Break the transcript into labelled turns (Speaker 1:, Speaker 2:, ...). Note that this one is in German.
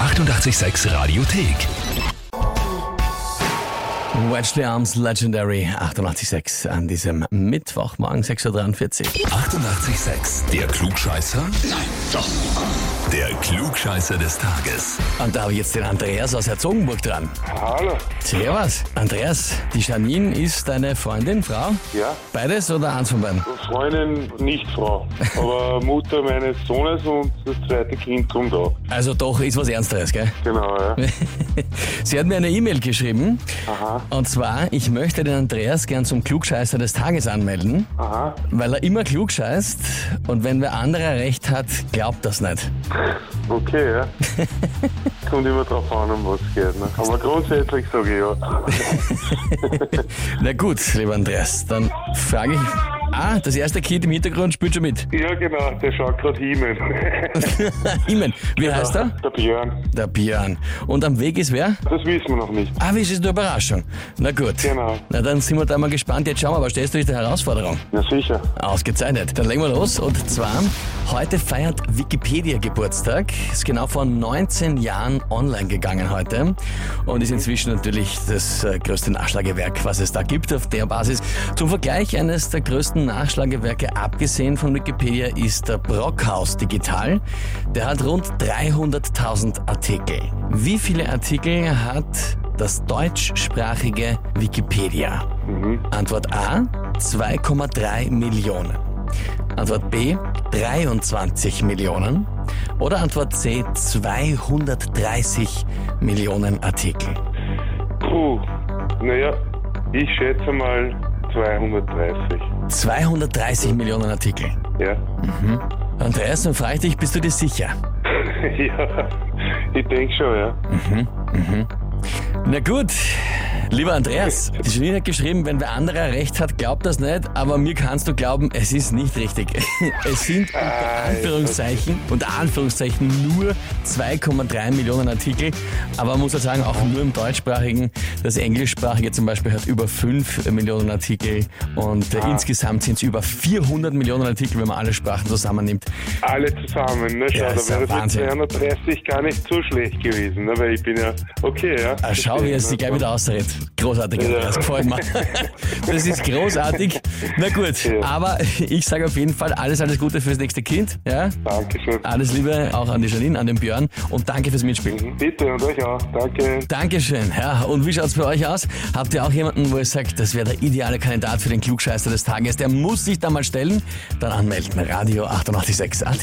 Speaker 1: 886 Radiothek.
Speaker 2: Wedgley Arms Legendary 886 an diesem Mittwochmorgen 6.43 Uhr.
Speaker 1: 886, der Klugscheißer? Nein, doch. Der Klugscheißer des Tages.
Speaker 2: Und da habe ich jetzt den Andreas aus Herzogenburg dran.
Speaker 3: Hallo.
Speaker 2: Servus. Andreas, die Janine ist deine Freundin, Frau?
Speaker 3: Ja.
Speaker 2: Beides oder eins von beiden?
Speaker 3: Freundin, nicht Frau, aber Mutter meines Sohnes und das zweite Kind kommt auch.
Speaker 2: Also doch, ist was Ernsteres, gell?
Speaker 3: Genau, ja.
Speaker 2: Sie hat mir eine E-Mail geschrieben.
Speaker 3: Aha.
Speaker 2: Und zwar, ich möchte den Andreas gern zum Klugscheißer des Tages anmelden,
Speaker 3: Aha.
Speaker 2: weil er immer klug scheißt und wenn wer anderer recht hat, glaubt das nicht.
Speaker 3: Okay, ja. Kommt immer drauf an, um was es geht. Ne? Aber grundsätzlich sage ich ja.
Speaker 2: Na gut, lieber Andreas, dann frage ich. Ah, das erste Kind im Hintergrund spielt schon mit.
Speaker 3: Ja, genau, der schaut gerade hin.
Speaker 2: Imen, wie heißt er?
Speaker 3: Der Björn.
Speaker 2: Der Björn. Und am Weg ist wer?
Speaker 3: Das wissen wir noch nicht.
Speaker 2: Ah, wie ist es eine Überraschung? Na gut.
Speaker 3: Genau.
Speaker 2: Na dann sind wir da mal gespannt. Jetzt schauen wir, aber stellst du dich der Herausforderung?
Speaker 3: Ja, sicher.
Speaker 2: Ausgezeichnet. Dann legen wir los. Und zwar, heute feiert Wikipedia Geburtstag. Ist genau vor 19 Jahren online gegangen heute. Und ist inzwischen natürlich das äh, größte Nachschlagewerk, was es da gibt auf der Basis. Zum Vergleich, eines der größten Nachschlagewerke, abgesehen von Wikipedia, ist der Brockhaus Digital. Der hat rund 300.000 Artikel. Wie viele Artikel hat das deutschsprachige Wikipedia? Antwort A 2,3 Millionen. Antwort B 23 Millionen. Oder Antwort C 230 Millionen Artikel.
Speaker 3: Puh. Naja, ich schätze mal 230.
Speaker 2: 230 Millionen Artikel.
Speaker 3: Ja.
Speaker 2: Andreas, dann frage ich dich, bist du dir sicher?
Speaker 3: ja. Ich denke schon, ja.
Speaker 2: Na gut, lieber Andreas, die Janine hat geschrieben, wenn wer anderer recht hat, glaubt das nicht, aber mir kannst du glauben, es ist nicht richtig. Es sind unter
Speaker 3: Ah, ist
Speaker 2: Anführungszeichen, unter Anführungszeichen nur 2,3 Millionen Artikel, aber man muss ja sagen, auch nur im deutschsprachigen, das englischsprachige zum Beispiel hat über 5 Millionen Artikel und äh, insgesamt sind es über 400 Millionen Artikel, wenn man alle Sprachen zusammennimmt.
Speaker 3: Alle zusammen, ne? Schau,
Speaker 2: Ja, ist
Speaker 3: da wäre
Speaker 2: ja
Speaker 3: das
Speaker 2: Wahnsinn.
Speaker 3: mit 230 gar nicht so schlecht gewesen, ne? Weil ich bin ja, okay, ja. ne?
Speaker 2: Ah, schau, wie er sich gleich wieder ausredet. Großartig,
Speaker 3: Ja.
Speaker 2: das gefällt mir. Das ist großartig. Na gut,
Speaker 3: Ja.
Speaker 2: aber ich sage auf jeden Fall alles, alles Gute fürs nächste Kind. Ja?
Speaker 3: Dankeschön.
Speaker 2: Alles Liebe auch an die Janine, an den Björn und danke fürs Mitspielen.
Speaker 3: Bitte und euch auch. Danke.
Speaker 2: Dankeschön. Ja, und wie schaut's bei euch aus? Habt ihr auch jemanden, wo ihr sagt, das wäre der ideale Kandidat für den Klugscheißer des Tages? Der muss sich da mal stellen. Dann anmelden. Radio 886 AT.